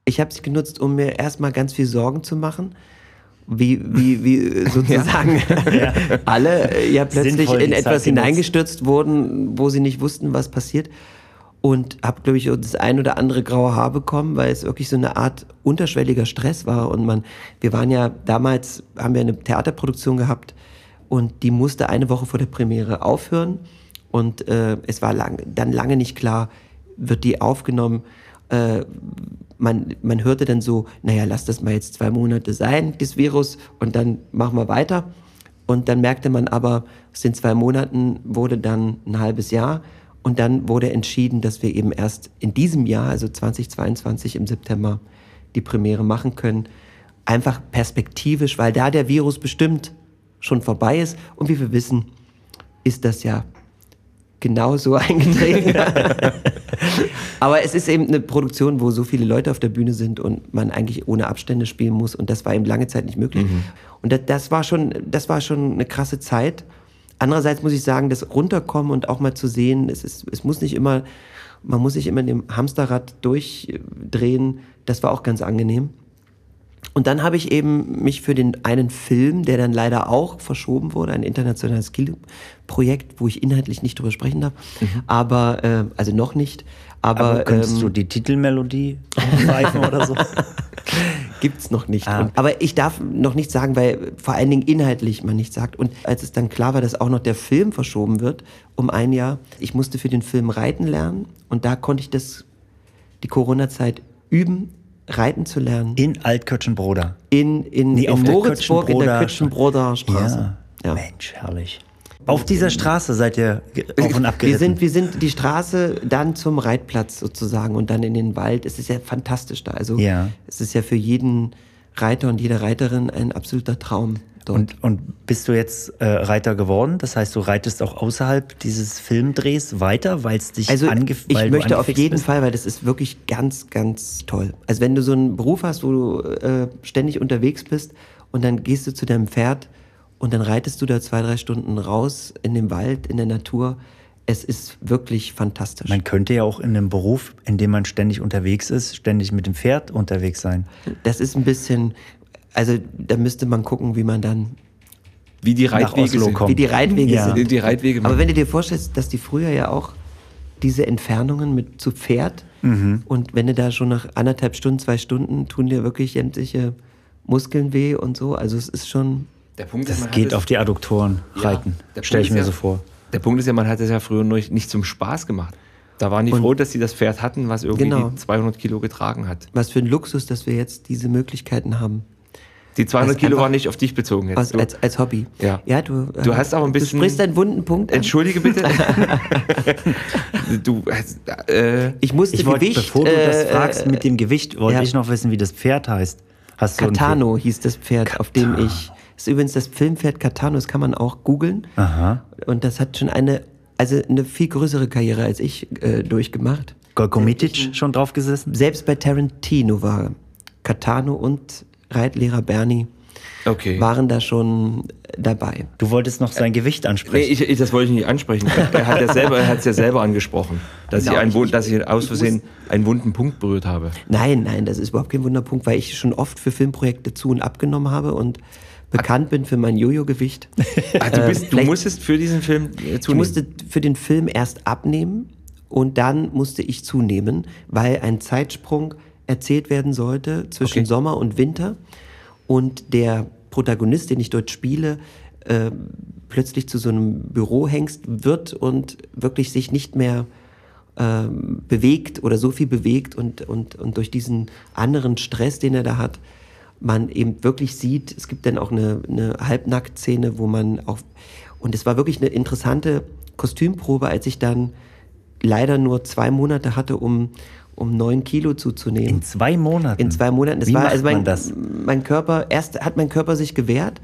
Ich habe sie genutzt, um mir erstmal ganz viel Sorgen zu machen. Wie, wie, wie sozusagen alle äh, ja plötzlich
Sinnvoll die
in
Zeit
etwas
genutzt.
hineingestürzt wurden, wo sie nicht wussten, was passiert. Und habe, glaube ich, das ein oder andere graue Haar bekommen, weil es wirklich so eine Art unterschwelliger Stress war. Und man, wir waren ja damals, haben wir eine Theaterproduktion gehabt und die musste eine Woche vor der Premiere aufhören. Und äh, es war lang, dann lange nicht klar, wird die aufgenommen. Äh, man, man hörte dann so, naja, lass das mal jetzt zwei Monate sein, das Virus, und dann machen wir weiter. Und dann merkte man aber, aus den zwei Monaten wurde dann ein halbes Jahr. Und dann wurde entschieden, dass wir eben erst in diesem Jahr, also 2022 im September, die Premiere machen können. Einfach perspektivisch, weil da der Virus bestimmt schon vorbei ist. Und wie wir wissen, ist das ja genau so eingetreten. Aber es ist eben eine Produktion, wo so viele Leute auf der Bühne sind und man eigentlich ohne Abstände spielen muss. Und das war eben lange Zeit nicht möglich.
Mhm.
Und das, das, war schon, das war schon eine krasse Zeit. Andererseits muss ich sagen, das Runterkommen und auch mal zu sehen, es, ist, es muss nicht immer, man muss nicht immer in dem Hamsterrad durchdrehen, das war auch ganz angenehm. Und dann habe ich eben mich für den einen Film, der dann leider auch verschoben wurde, ein internationales Kinoprojekt, wo ich inhaltlich nicht drüber sprechen darf, aber äh, also noch nicht. Aber,
Mhm. Aber könntest
ähm,
du die Titelmelodie pfeifen oder so?
gibt's noch nicht.
Ah.
Und, aber ich darf noch nichts sagen, weil vor allen Dingen inhaltlich man nichts sagt. Und als es dann klar war, dass auch noch der Film verschoben wird um ein Jahr, ich musste für den Film reiten lernen und da konnte ich das die Corona-Zeit üben, reiten zu lernen.
In Altkötschenbroda.
In, in,
Nee,
in
auf der
Moritzburg in der
Kötschenbroder-
Kötschenbroder Straße.
Ja. Mensch, herrlich. Auf dieser Straße seid ihr ge- auf und ab
Wir
geritten.
sind, wir sind die Straße dann zum Reitplatz sozusagen und dann in den Wald. Es ist ja fantastisch da. Also
Ja.
es ist ja für jeden Reiter und jede Reiterin ein absoluter Traum dort.
und, und bist du jetzt äh, Reiter geworden? Das heißt, du reitest auch außerhalb dieses Filmdrehs weiter, weil es dich
also
ange- weil
ich
du
möchte auf
angefixt
jeden
bist?
Fall, weil das ist wirklich ganz, ganz toll. Also wenn du so einen Beruf hast, wo du äh, ständig unterwegs bist und dann gehst du zu deinem Pferd und dann reitest du da zwei, drei Stunden raus in den Wald, in der Natur. Es ist wirklich fantastisch.
Man könnte ja auch in einem Beruf, in dem man ständig unterwegs ist, ständig mit dem Pferd unterwegs sein.
Das ist ein bisschen, also da müsste man gucken, wie man dann,
Wie die
Nach
Reitwege
Oslo
sind.
kommen.
wie die Reitwege
Ja.
sind.
Die Reitwege.
Aber wenn du dir vorstellst, dass die früher ja auch diese Entfernungen mit zu Pferd
Mhm.
und wenn du da schon nach anderthalb Stunden, zwei Stunden tun dir wirklich sämtliche Muskeln weh und so. Also es ist schon,
der Punkt
Das
man hat
geht
es-
auf die Adduktoren
Ja,
reiten.
der
Stelle ich
Punkt
mir
ist
so
ja-
vor.
Der Punkt ist ja, man hat das ja früher nur nicht zum Spaß gemacht. Da waren die froh, dass sie das Pferd hatten, was irgendwie
Genau.
die 200 Kilo getragen hat.
was für ein Luxus, dass wir jetzt diese Möglichkeiten haben.
Die 200
Was
Kilo
einfach-
waren nicht auf dich bezogen jetzt.
Was,
Du-
als, als Hobby.
Ja.
ja du, äh,
Du hast aber ein bisschen-
Du sprichst einen wunden Punkt an.
Entschuldige bitte. du hast, äh,
Ich musste
Ich wollte,
Gewicht,
bevor du das
äh,
fragst mit dem Gewicht, wollte
ja.
ich noch wissen, wie das Pferd heißt. Hast du ein
Catano hieß das Pferd, auf dem ich. Das ist übrigens das Filmpferd Catano, das kann man auch googeln. Und das hat schon eine, also eine viel größere Karriere als ich äh,
Pferd?
durchgemacht.
Golkomitic schon drauf gesessen?
Selbst bei Tarantino war Catano und Reitlehrer Bernie
Okay.
waren da schon dabei.
Du wolltest noch sein Gewicht
Nee,
ansprechen.
ich, ich, das wollte ich nicht ansprechen. Er hat ja selber, er hat's ja selber angesprochen, dass, ich, einen, Wund- dass ich aus Versehen einen wunden Punkt berührt habe.
Nein, nein, das ist überhaupt kein Wunderpunkt, weil ich schon oft für Filmprojekte zu und abgenommen habe und bekannt bin für mein Jojo-Gewicht. Äh,
Ah, du, bist, du
vielleicht-
musstest für diesen Film äh,
Ich
zunehmen.
musste für den Film erst abnehmen und dann musste ich zunehmen, weil ein Zeitsprung erzählt werden sollte zwischen
Okay.
Sommer und Winter und der Protagonist, den ich dort spiele, äh, plötzlich zu so einem Bürohengst wird und wirklich sich nicht mehr ähm, bewegt oder so viel bewegt und, und, und durch diesen anderen Stress, den er da hat, man eben wirklich sieht, es gibt dann auch eine, eine Halbnacktszene, wo man auch, und es war wirklich eine interessante Kostümprobe, als ich dann leider nur zwei Monate hatte, um, um neun Kilo zuzunehmen.
in zwei Monaten.
In zwei Monaten. Das
Wie
war
macht
also mein,
man das?
mein Körper, erst hat mein Körper sich gewehrt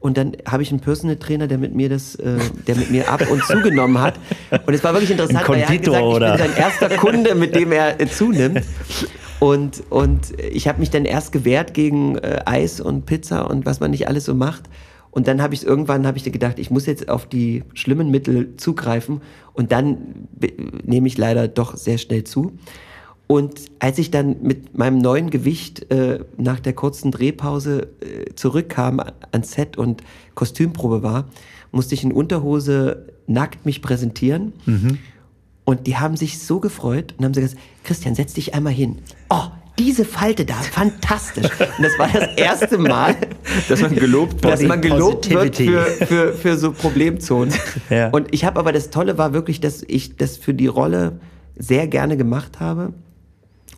und dann habe ich einen Personal Trainer, der mit mir das, äh, der mit mir ab und zugenommen hat. Und es war wirklich interessant,
Ein
weil er hat
Konditor,
gesagt, ich
oder?
bin sein erster Kunde, mit dem er äh, zunimmt. Und, und ich habe mich dann erst gewehrt gegen äh, Eis und Pizza und was man nicht alles so macht. Und dann habe ich irgendwann habe ich gedacht, ich muss jetzt auf die schlimmen Mittel zugreifen. Und dann be- nehme ich leider doch sehr schnell zu. Und als ich dann mit meinem neuen Gewicht äh, nach der kurzen Drehpause äh, zurückkam ans Set und Kostümprobe war, musste ich in Unterhose nackt mich präsentieren. Und die haben sich so gefreut und haben so gesagt, Christian, setz dich einmal hin. Oh, diese Falte da, fantastisch. Und das war das erste Mal,
dass man gelobt
dass
Body
man gelobt wird
Positivity.
für, für, für so Problemzonen.
Ja.
Und ich habe aber das Tolle war wirklich, dass ich das für die Rolle sehr gerne gemacht habe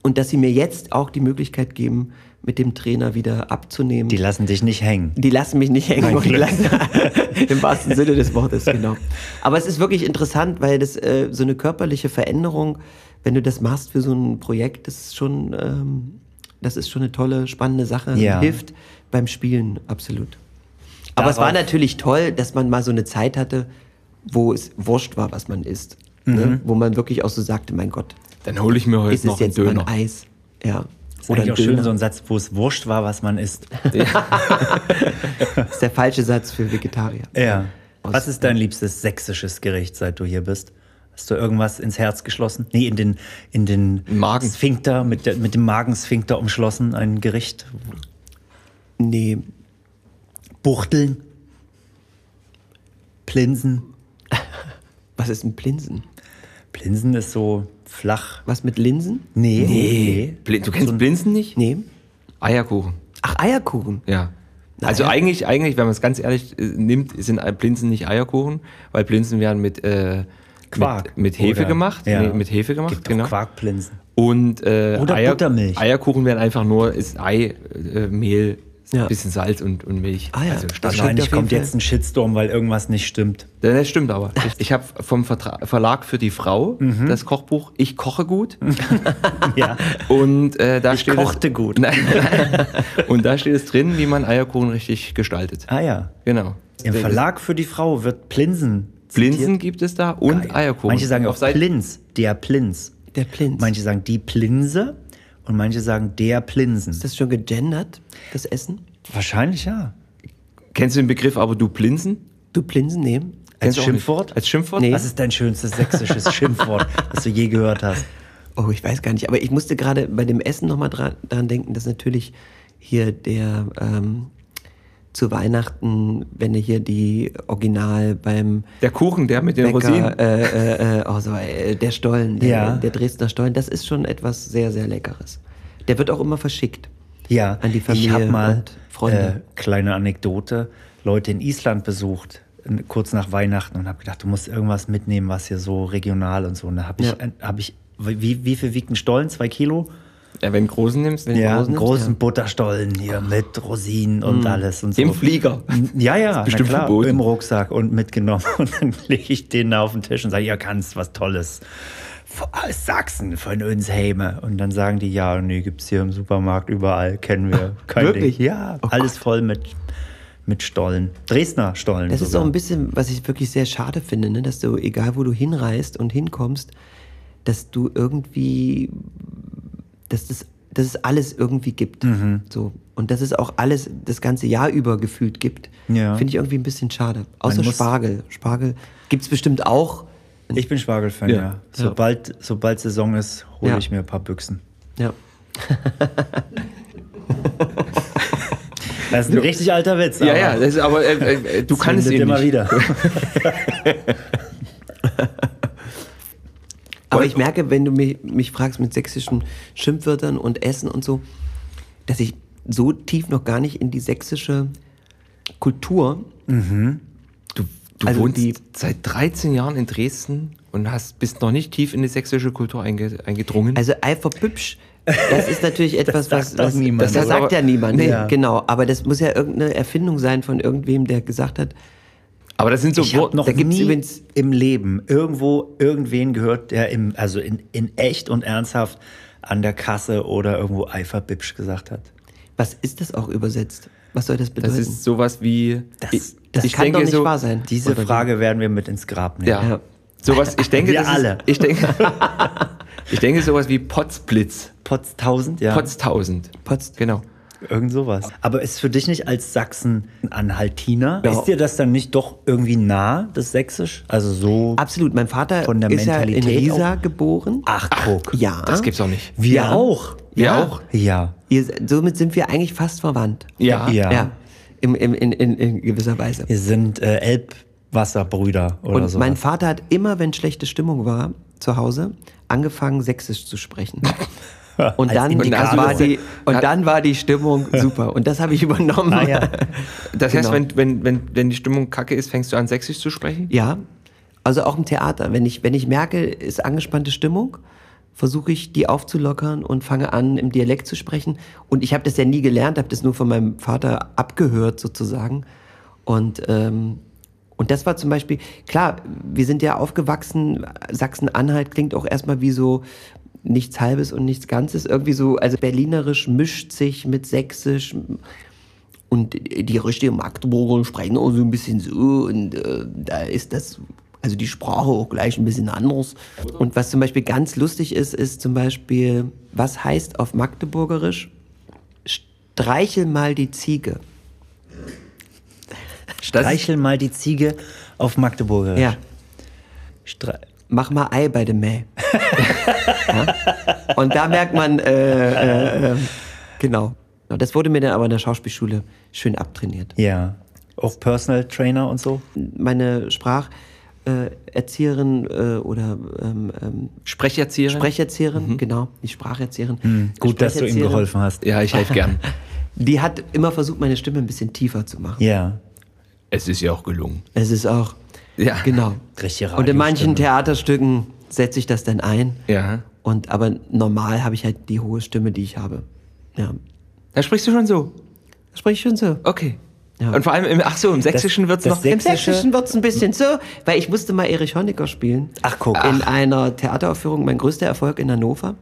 und dass sie mir jetzt auch die Möglichkeit geben, mit dem Trainer wieder abzunehmen.
Die lassen dich nicht hängen.
Die lassen mich nicht hängen.
Mein
Und die
Glück.
lassen, Im wahrsten Sinne des Wortes, genau. Aber es ist wirklich interessant, weil das äh, so eine körperliche Veränderung, wenn du das machst für so ein Projekt, das ist schon, ähm, das ist schon eine tolle, spannende Sache.
Ja.
Hilft beim Spielen, absolut. Aber es war
Darauf-
natürlich toll, dass man mal so eine Zeit hatte, wo es wurscht war, was man isst.
Mhm.
Ne? Wo man wirklich auch so sagte, mein Gott,
Dann hole ich mir heute
ist es
noch einen
jetzt mal ein
Döner.
Eis? Ja.
Ist eigentlich auch schön so ein Satz, wo es wurscht war, was man isst.
Das ist der falsche Satz für Vegetarier.
Ja. Was ist dein liebstes sächsisches Gericht, seit du hier bist? Hast du irgendwas ins Herz geschlossen? Nee, in den, in den
Magen.
Sphinkter, mit, der, mit dem Magensfinkter umschlossen, ein Gericht.
Nee,
Buchteln. Plinsen.
was ist ein Plinsen?
Plinsen ist so flach.
Was mit Linsen?
Nee.
Bl- Du kennst Blinzen nicht?
Nee.
Eierkuchen.
Ach, Eierkuchen.
Ja. Also
ja.
eigentlich, eigentlich, wenn man es ganz ehrlich äh, nimmt, sind Blinzen nicht Eierkuchen, weil Blinzen werden mit äh, mit,
Quark.
mit Hefe
Oder-
gemacht,
ja.
nee, mit Hefe gemacht,
Gibt
genau.
auch Quarkplinsen.
Und äh,
Oder Buttermilch.
Eierkuchen werden einfach nur ist Ei, äh, Mehl,
Ja.
bisschen Salz und, und Milch.
Ah ja.
Also
Das
Standard.
stimmt auf
Wahrscheinlich
jeden
kommt
Fall.
jetzt ein Shitstorm, weil irgendwas nicht stimmt.
Ja, Das stimmt aber. Ich, ich habe vom Vertra Verlag für die Frau
Mhm.
das Kochbuch Ich koche gut.
Ja.
Und äh, da steht
kochte
es,
gut.
Nein, nein. Und da steht es drin, wie man Eierkuchen richtig gestaltet.
Ah ja.
Genau.
Im Verlag für die Frau wird Plinsen.
Blinzen gibt es da und Eierkuchen.
Manche sagen auch
Ah, Auf Seite-
Plins, der Plins.
Der Plins.
Manche sagen die Plinse und manche sagen der Plinsen.
Ist das schon gegendert, das Essen?
Wahrscheinlich ja.
Kennst du den Begriff aber du Blinzen?
Du Plinsen nehmen?
Als
Kennst du auch
Schimpfwort?
Nicht. Als Schimpfwort?
Nee.
Was ist dein schönstes sächsisches Schimpfwort, das du je gehört hast?
Oh, ich weiß gar nicht. Aber ich musste gerade bei dem Essen nochmal dran, dran denken, dass natürlich hier der ähm, zu Weihnachten, wenn du hier die Original beim
Der Kuchen, der mit den Rosinen.
Bäcker, äh, äh, äh, oh, so, äh, der Stollen, der,
Ja.
der Dresdner Stollen, das ist schon etwas sehr, sehr Leckeres. Der wird auch immer verschickt.
Ja,
An die
ich
Familie
habe mal
und Freunde.
Äh, kleine Anekdote, Leute in Island besucht, in- kurz nach Weihnachten und habe gedacht, du musst irgendwas mitnehmen, was hier so regional und so. Und da habe ich,
Ja.
ein- hab ich wie, wie viel wiegt ein Stollen? Zwei Kilo?
Ja, wenn du großen nimmst,
du
ja,
großen
einen
nimmst,
großen
ja.
Butterstollen hier mit Rosinen und alles und so.
im Flieger.
Ja, ja, na
bestimmt
klar,
verboten.
im Rucksack und mitgenommen. Und dann lege ich den da auf den Tisch und sage, ihr kannst was Tolles. Aus Sachsen von uns Heime. Und dann sagen die, ja, nee, gibt's hier im Supermarkt überall, kennen wir. Kein
Wirklich?
Ding. Ja,
Oh
alles voll mit, mit Stollen. Dresdner Stollen.
Das ist
sogar.
auch ein bisschen, was ich wirklich sehr schade finde, ne? dass du, egal wo du hinreist und hinkommst, dass du irgendwie, dass das dass es alles irgendwie gibt.
Mhm.
So. Und dass es auch alles das ganze Jahr über gefühlt gibt.
Ja.
Finde ich irgendwie ein bisschen schade. Außer
muss-
Spargel. Spargel gibt es bestimmt auch.
Ich bin Spargelfan, ja.
Ja.
Sobald, sobald Saison ist, hole
Ja.
ich mir ein paar Büchsen.
Ja.
Das ist ein richtig alter Witz.
Ja,
aber
ja, das ist, aber äh, äh, du kannst
zündet
ihn
immer
nicht.
wieder.
Aber ich merke, wenn du mich, mich fragst mit sächsischen Schimpfwörtern und Essen und so, dass ich so tief noch gar nicht in die sächsische Kultur.
Du, du
Also
wohnst
die-
seit 13 Jahren in Dresden und hast, bist noch nicht tief in die sächsische Kultur einge, eingedrungen.
Also Eiferpübsch, das ist natürlich etwas, was.
doch
was
niemand,
Das, das
oder?
sagt ja niemand.
Nee.
Nee,
Ja.
Genau. Aber das muss ja irgendeine Erfindung sein von irgendwem, der gesagt hat,
aber das sind so
Ich habe
Wor-
noch
da gibt's
nie
übrigens-
im Leben irgendwo irgendwen gehört, der im, also in, in echt und ernsthaft an der Kasse oder irgendwo Eiferbibsch gesagt hat.
was ist das auch übersetzt? Was soll das
Das
bedeuten?
ist sowas wie. ich-
das
ich
kann
denke
doch nicht
so,
wahr sein.
Diese
Oder wie?
Frage werden wir mit ins Grab nehmen.
Ja.
Ja.
Sowas, ich denke,
Wir
das
alle.
Ist, ich denke, ich denke sowas wie Potzblitz,
Potz 1000, ja.
Potz 1000.
Potz-
Genau.
Irgend sowas. Aber ist für dich nicht als Sachsen-Anhaltiner,
Ja.
ist dir das dann nicht doch irgendwie nah, das Sächsisch? Also so.
Absolut. Mein Vater
Von der
ist ja in
Mentalität
Riesa geboren.
Ach, guck.
ja.
Das gibt's auch nicht.
Wir
Ja.
auch.
Wir
Ja.
auch.
Ja.
Ihr, somit sind wir eigentlich fast verwandt.
Ja.
Ja.
Ja. Im, im, in, in, in gewisser Weise.
Wir sind äh, Elbwasserbrüder oder
Und
so. halt.
mein Vater hat immer, wenn schlechte Stimmung war zu Hause, angefangen, Sächsisch zu sprechen. Und
Als
dann,
Indikator.
war die, und dann war die Stimmung super. Und das habe ich übernommen.
Ah, ja.
Das heißt,
Genau.
wenn, wenn, wenn, wenn die Stimmung kacke ist, fängst du an, sächsisch zu sprechen?
Ja, also auch im Theater. Wenn ich, wenn ich merke, ist angespannte Stimmung, versuche ich, die aufzulockern und fange an, im Dialekt zu sprechen. Und ich habe das ja nie gelernt, habe das nur von meinem Vater abgehört sozusagen. Und, ähm, und das war zum Beispiel, klar, wir sind ja aufgewachsen, Sachsen-Anhalt klingt auch erstmal wie so nichts Halbes und nichts Ganzes. Irgendwie so, also Berlinerisch mischt sich mit Sächsisch, und die richtigen Magdeburger sprechen auch so ein bisschen so und äh, da ist das, also die Sprache auch gleich ein bisschen anders. Und was zum Beispiel ganz lustig ist, ist zum Beispiel, was heißt auf Magdeburgerisch? Streichel mal die Ziege.
Streichel mal die Ziege auf Magdeburger.
Ja,
Stre
mach mal Ei bei dem Mäh. ja? Und da merkt man, äh, äh, äh, genau. Ja, Das wurde mir dann aber in der Schauspielschule schön abtrainiert.
ja. Auch Personal Trainer und so.
Meine Spracherzieherin äh, Erzieherin, äh, oder ähm, ähm,
Sprecherzieherin?
Sprecherzieherin, genau, die Spracherzieherin. die
Mhm. Gut, dass du ihm
Sprecherzieherin,
geholfen hast.
ja, ich helfe gern.
Die hat immer versucht, meine Stimme ein bisschen tiefer zu machen.
Ja.
Es ist ja auch gelungen.
Es ist auch,
Ja.
genau.
Richtige
Und in manchen
Radiostimme.
Theaterstücken setze ich das dann ein.
Ja.
Und, aber normal habe ich halt die hohe Stimme, die ich habe. Ja.
Da sprichst du schon so.
Das spreche ich schon
Oh,
so.
Okay.
Ja.
Und vor allem, im, ach so, im Sächsischen wird's
das
noch.
Im
Sächsische-
Sächsischen wird es ein bisschen so, weil ich musste mal Erich Honecker spielen.
Ach, guck.
In einer Theateraufführung, mein größter Erfolg in Hannover,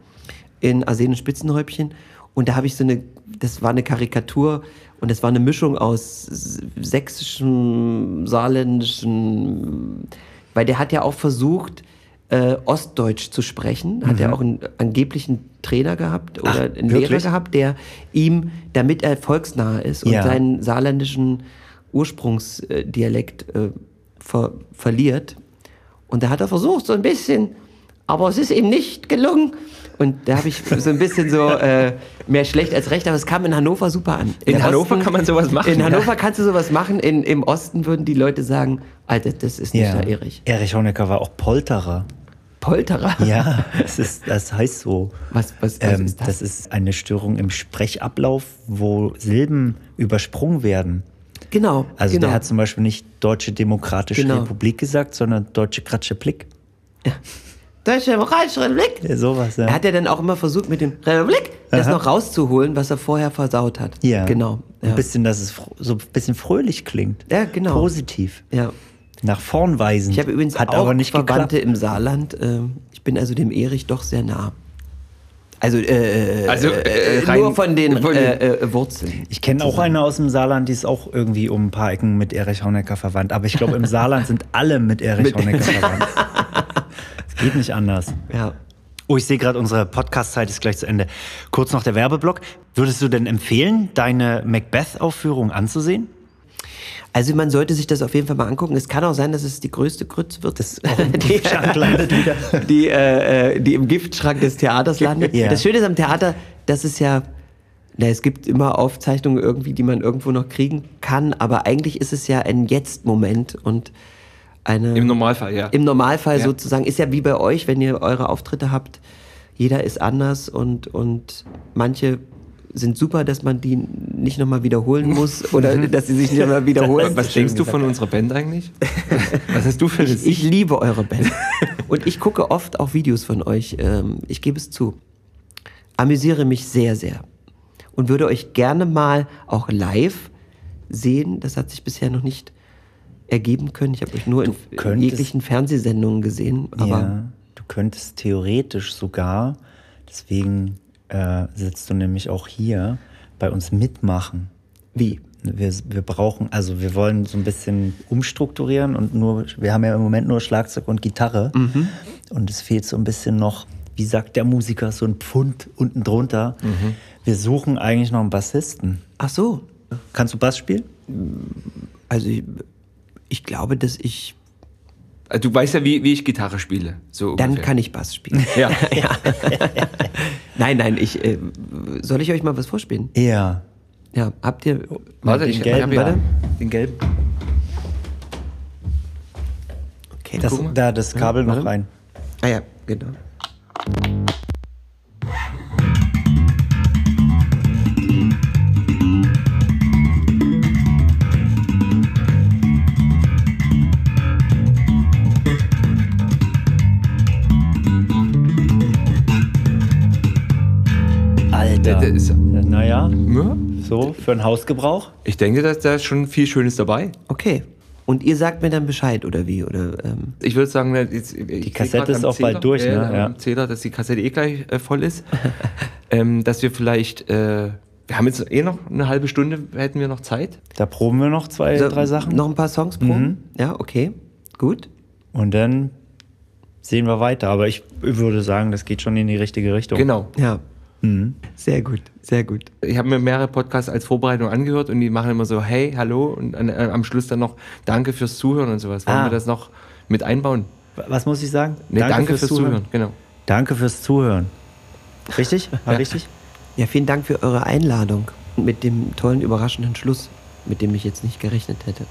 in Arsen und Spitzenhäubchen. Und da habe ich so eine, das war eine Karikatur und das war eine Mischung aus s- sächsischem, saarländischem, weil der hat ja auch versucht, äh, Ostdeutsch zu sprechen, hat er auch einen angeblichen Trainer gehabt oder
Mhm. Ach,
einen Lehrer
wirklich?
gehabt, der ihm, damit er volksnah ist und
Ja.
seinen saarländischen Ursprungsdialekt äh, ver verliert. Und da hat er versucht, so ein bisschen, aber es ist ihm nicht gelungen. Und da habe ich so ein bisschen so äh, mehr schlecht als recht, aber es kam in Hannover super an.
In
Im
Hannover kann man sowas machen,
In
ja.
Hannover kannst du sowas machen. In, Im Osten würden die Leute sagen, Alter, das ist nicht
Ja.
der Erich.
Erich Honecker war auch Polterer.
Polterer.
Ja, das, ist, das heißt so.
Was, was, was
Ähm,
ist das?
das ist eine Störung im Sprechablauf, wo Silben übersprungen werden.
Genau.
Also
genau.
der hat zum Beispiel nicht Deutsche Demokratische
Genau.
Republik gesagt, sondern Deutsche Kratscheplick.
Deutsche Demokratische Republik.
Ja, sowas, ja.
Er hat ja dann auch immer versucht, mit dem Republik das
Aha.
noch rauszuholen, was er vorher versaut hat.
ja.
Genau.
Ein
Ja.
bisschen, dass es fr- so ein bisschen fröhlich klingt.
Ja, genau.
Positiv.
ja.
Nach vorn weisen.
Ich habe übrigens
hat
auch
aber nicht
Verwandte
geklappt.
im Saarland. Ähm, Ich bin also dem Erich doch sehr nah. Also, äh,
Also, äh,
äh,
rein-
nur von den,
von den-
äh, äh, Wurzeln.
Ich kenne auch eine aus dem Saarland, die ist auch irgendwie um ein paar Ecken mit Erich Honecker verwandt. Aber ich glaube, im Saarland sind alle mit Erich Honecker verwandt. Es geht nicht anders.
Ja.
Oh, ich sehe gerade, unsere Podcast-Zeit ist gleich zu Ende. Kurz noch der Werbeblock. Würdest du denn empfehlen, deine Macbeth-Aufführung anzusehen?
Also man sollte sich das auf jeden Fall mal angucken. Es kann auch sein, dass es die größte Grütz wird, die,
Schrank landet wieder.
die, äh, äh, die im Giftschrank des Theaters landet.
Ja.
Das Schöne ist am Theater, dass es ja, na, es gibt immer Aufzeichnungen irgendwie, die man irgendwo noch kriegen kann, aber eigentlich ist es ja ein Jetzt-Moment und eine...
Im Normalfall, ja.
Im Normalfall
Ja.
sozusagen ist ja wie bei euch, wenn ihr eure Auftritte habt, jeder ist anders und, und manche sind super, dass man die nicht nochmal wiederholen muss oder dass sie sich nicht nochmal wiederholen.
Was denkst du von unserer Band eigentlich? Was hast du für ein
Ich liebe eure Band. Und ich gucke oft auch Videos von euch. ähm, Ich gebe es zu. Amüsiere mich sehr, sehr. Und würde euch gerne mal auch live sehen. Das hat sich bisher noch nicht ergeben können. Ich habe euch nur in
könntest-
jeglichen Fernsehsendungen gesehen. Aber
ja, du könntest theoretisch sogar, deswegen äh, sitzt du nämlich auch hier, bei uns mitmachen.
wie?
Wir, wir brauchen, also wir wollen so ein bisschen umstrukturieren und nur, wir haben ja im Moment nur Schlagzeug und Gitarre und es fehlt so ein bisschen noch, wie sagt der Musiker, so ein Pfund unten drunter. Wir suchen eigentlich noch einen Bassisten.
Ach so.
Kannst du Bass spielen?
Also ich, ich glaube, dass ich.
Du weißt ja, wie, wie ich Gitarre spiele. So
Dann
ungefähr.
kann ich Bass spielen.
Ja.
nein, nein, ich. Äh, soll ich euch mal was vorspielen?
Ja.
Ja, habt ihr.
Warte, ich,
gelben,
ich hab hier
warte.
den gelben.
Okay,
Das,
guck mal.
da das Kabel noch
warte.
rein.
Ah ja, genau.
Alter.
Der ist-
Naja,
Ja.
so für einen Hausgebrauch.
Ich denke, dass da ist schon viel Schönes dabei.
Okay. Und ihr sagt mir dann Bescheid, oder wie? Oder, ähm,
Ich würde sagen, jetzt, die
Kassette ist auch bald durch, ne? Ja.
Am Zähler, dass die Kassette eh gleich äh, voll ist. ähm, dass wir vielleicht, äh, wir haben jetzt eh noch eine halbe Stunde, hätten wir noch Zeit.
Da proben wir noch zwei,
so,
Äh, drei Sachen. Mhm.
Noch ein paar Songs proben? Ja, okay. Gut.
Und dann sehen wir weiter. Aber ich würde sagen, das geht schon in die richtige Richtung.
Genau.
Ja.
Mhm.
Sehr gut, sehr gut.
Ich habe mir mehrere Podcasts als Vorbereitung angehört und die machen immer so, hey, hallo und an, äh, am Schluss dann noch Danke fürs Zuhören und sowas. Wollen
Ah.
wir das noch mit einbauen?
Was muss ich sagen?
Nee, danke, fürs, Zuhören. Genau.
Danke fürs Zuhören. Richtig? War richtig?
Ja, vielen Dank für eure Einladung und mit dem tollen, überraschenden Schluss, mit dem ich jetzt nicht gerechnet hätte.